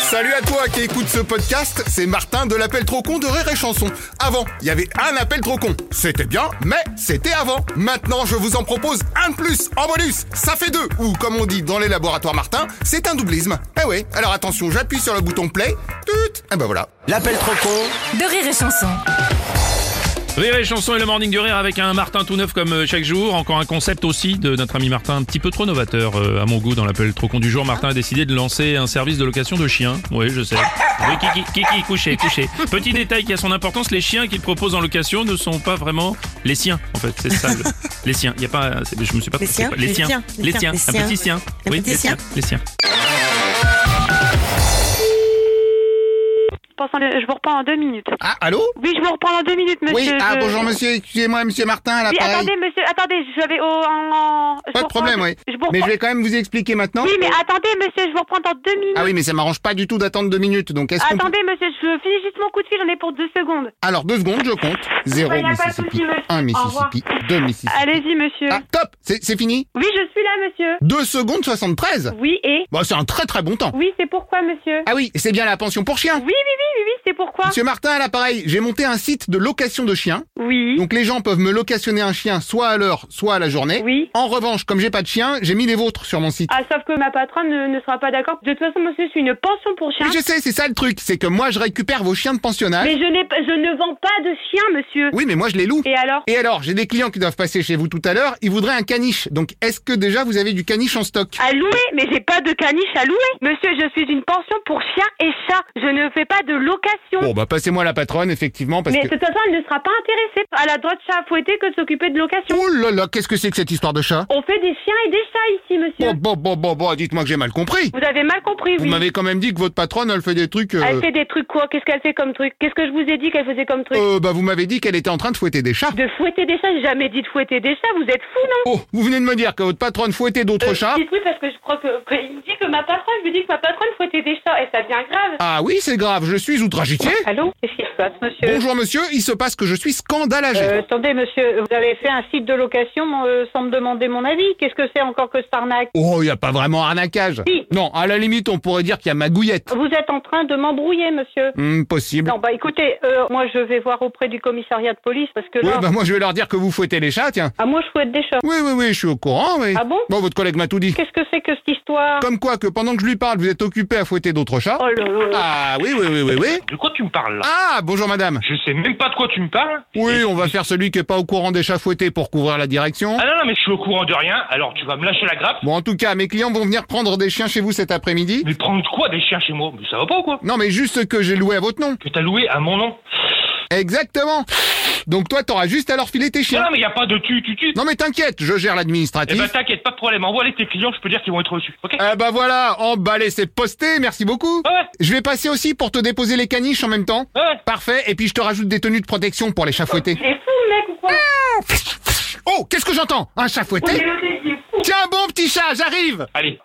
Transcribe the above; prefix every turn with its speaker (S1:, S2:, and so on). S1: Salut à toi qui écoute ce podcast, c'est Martin de l'appel trop con de Rire et Chanson. Avant, il y avait un appel trop con. C'était bien, mais c'était avant. Maintenant, je vous en propose un de plus en bonus. Ça fait deux, ou comme on dit dans les laboratoires Martin, c'est un doublisme. Eh ouais, alors attention, j'appuie sur le bouton play. Tut Et ben voilà.
S2: L'appel trop con
S3: de rire et chanson.
S4: Rire et chanson et le morning du rire avec un Martin tout neuf comme euh, chaque jour. Encore un concept aussi de notre ami Martin, un petit peu trop novateur euh, à mon goût dans l'appel trop con du jour. Martin a décidé de lancer un service de location de chiens. Oui, je sais. Oui, kiki, kiki, couché, couché. Petit détail qui a son importance, les chiens qu'il propose en location ne sont pas vraiment les siens. En fait, c'est ça. le- les siens. Il y a pas. c'est- Je me suis pas.
S5: Les
S4: c'est
S5: siens,
S4: quoi, Les
S5: les
S4: siens.
S5: siens,
S4: Les
S5: les
S4: tiens.
S5: siens,
S4: Un
S5: les
S4: petit
S5: siens.
S4: sien.
S5: Un
S4: Oui,
S5: petit
S4: les
S5: sien.
S4: siens. Les siens.
S6: Je pense en- je vous reprends en deux minutes.
S1: Ah, allô
S6: Oui, je vous reprends en deux minutes, monsieur.
S1: Oui, ah
S6: je-
S1: bonjour monsieur, excusez-moi monsieur Martin à
S6: Oui,
S1: l'appareil.
S6: attendez, monsieur, attendez, je vais au. En, en- je
S1: Pas
S6: vous
S1: de
S6: reprends-
S1: problème, oui.
S6: Je vous
S1: Mais je
S6: reprends-
S1: vais quand même vous expliquer maintenant.
S6: Oui, mais attendez, monsieur, je vous reprends dans deux minutes.
S1: Ah oui, mais ça m'arrange pas du tout d'attendre deux minutes, donc est-ce qu'on... peut-
S6: attendez, monsieur, je finis juste mon coup de fil, j'en ai pour deux secondes.
S1: Alors deux secondes, je compte. Zéro
S6: Ouais, y a pas de
S1: Mississippi,
S6: souci, monsieur.
S1: un
S6: Au revoir.
S1: Mississippi, deux Mississippi.
S6: Allez-y, monsieur.
S1: Ah, top C'est c'est fini
S6: Oui, je suis là, monsieur.
S1: 2 secondes 73
S6: Oui, et
S1: Bah, c'est un très très bon temps.
S6: Oui, c'est pourquoi, monsieur
S1: Ah oui, c'est bien la pension pour chien.
S6: Oui, oui, oui, oui, oui, c'est pourquoi
S1: Monsieur Martin, à l'appareil, j'ai monté un site de location de chiens.
S6: Oui.
S1: Donc les gens peuvent me locationner un chien soit à l'heure, soit à la journée.
S6: Oui.
S1: En revanche, comme j'ai pas de chien, j'ai mis les vôtres sur mon site.
S6: Ah, sauf que ma patronne ne, ne sera pas d'accord. De toute façon, monsieur, c'est une pension pour chien.
S1: Mais je sais, c'est ça le truc, c'est que moi je récupère vos chiens de pensionnat.
S6: Ah, Mais je, n'ai pas- je ne vends pas de chien, monsieur.
S1: Oui, mais moi je les loue.
S6: Et alors
S1: Et alors, j'ai des clients qui doivent passer chez vous tout à l'heure, ils voudraient un caniche. Donc est-ce que déjà vous avez du caniche en stock
S6: À louer Mais j'ai pas de caniche à louer Monsieur, je suis une pension pour chiens et chats. Je ne fais pas de location.
S1: Bon, bah passez-moi la patronne, effectivement, parce
S6: Mais
S1: que...
S6: de toute façon, elle ne sera pas intéressée. Elle a droit de chat à fouetter que de s'occuper de location.
S1: Oh là là, qu'est-ce que c'est que cette histoire de chat
S6: On fait des chiens et des chats ici, monsieur.
S1: Bon, bon, bon, bon, bon, dites-moi que j'ai mal compris.
S6: Vous avez mal compris,
S1: Vous
S6: oui.
S1: m'avez quand même dit que votre patronne, elle fait des trucs. euh,
S6: Elle fait des trucs quoi Qu'est-ce qu'elle fait comme truc Qu'est-ce que je vous ai dit qu'elle faisait comme truc
S1: euh, bah, vous m'avez dit qu'elle était en train de fouetter des chats.
S6: De fouetter des chats J'ai jamais dit de fouetter des chats. Vous êtes fous, non
S1: Oh, vous venez de me dire que votre patronne fouettait d'autres
S6: Euh,
S1: chats.
S6: dites oui parce que je crois que, que- il dit que ma patronne me dit que ma patronne fouettait des chats et ça devient grave.
S1: Ah oui, c'est grave, je suis outragitié.
S7: Allô Qu'est-ce qui se passe,
S6: Euh,
S7: monsieur
S1: Bonjour monsieur, il se passe que je suis scandalagé.
S7: Euh, Attendez, monsieur, vous avez fait un site de location euh, sans me demander mon avis. Qu'est-ce que c'est encore que cette arnaque
S1: Oh, il n'y a pas vraiment arnaquage.
S7: Si.
S1: Non, à la limite, on pourrait dire qu'il y a magouillette.
S7: Vous êtes en train de m'embrouiller, monsieur.
S6: Oh.
S1: Hum, possible.
S7: Non, bah écoutez, euh, moi je vais voir auprès du commissariat de police parce que
S1: Oui,
S7: là,
S1: bah moi je vais leur dire que vous fouettez les chats, tiens.
S7: à moi je souhaite des chats.
S1: Oui, oui, oui, je suis au courant, oui.
S7: Ah bon
S1: Bon, votre collègue m'a tout dit.
S7: Qu'est-ce que c'est que cette histoire
S1: Comme quoi que pendant que je lui parle, vous êtes occupé à fouetter d'autres chats.
S7: Oh là là là.
S1: Ah oui, oui, oui, oui, oui.
S8: De quoi tu me parles là
S1: Ah, bonjour madame.
S8: Je sais même pas de quoi tu me parles.
S1: Oui, on va faire celui qui est pas au courant des chats fouettés pour couvrir la direction.
S8: Ah non, non, mais je suis au courant de rien, alors tu vas me lâcher la grappe.
S1: Bon, en tout cas, mes clients vont venir prendre des chiens chez vous cet après-midi.
S8: Mais prendre quoi des chiens chez moi Mais ça va pas ou quoi
S1: Non, mais juste ce que j'ai loué à votre nom.
S8: Que t'as loué à mon nom
S1: Exactement. Donc toi, t'auras juste à leur filer tes
S8: Non,
S1: chiens.
S8: non, mais y a pas de tu, tu, tu.
S1: Non, mais t'inquiète, je gère
S8: Ah. Eh
S1: l'administratif.
S8: ben t'inquiète, pas de problème, envoie-les tes clients, je peux dire qu'ils vont être reçus, ok
S1: Eh ben voilà, emballé, c'est posté, merci beaucoup.
S8: Ouais,
S1: Je vais passer aussi pour te déposer les caniches en même temps.
S8: ouais, ouais.
S1: Parfait, et puis je te rajoute des tenues de protection pour les chats fouettés.
S6: Il est fou, le mec, ou quoi
S1: Ah. Oh, qu'est-ce que j'entends Un chat fouetté
S6: Il est fou.
S1: Tiens bon petit chat, j'arrive
S8: Allez.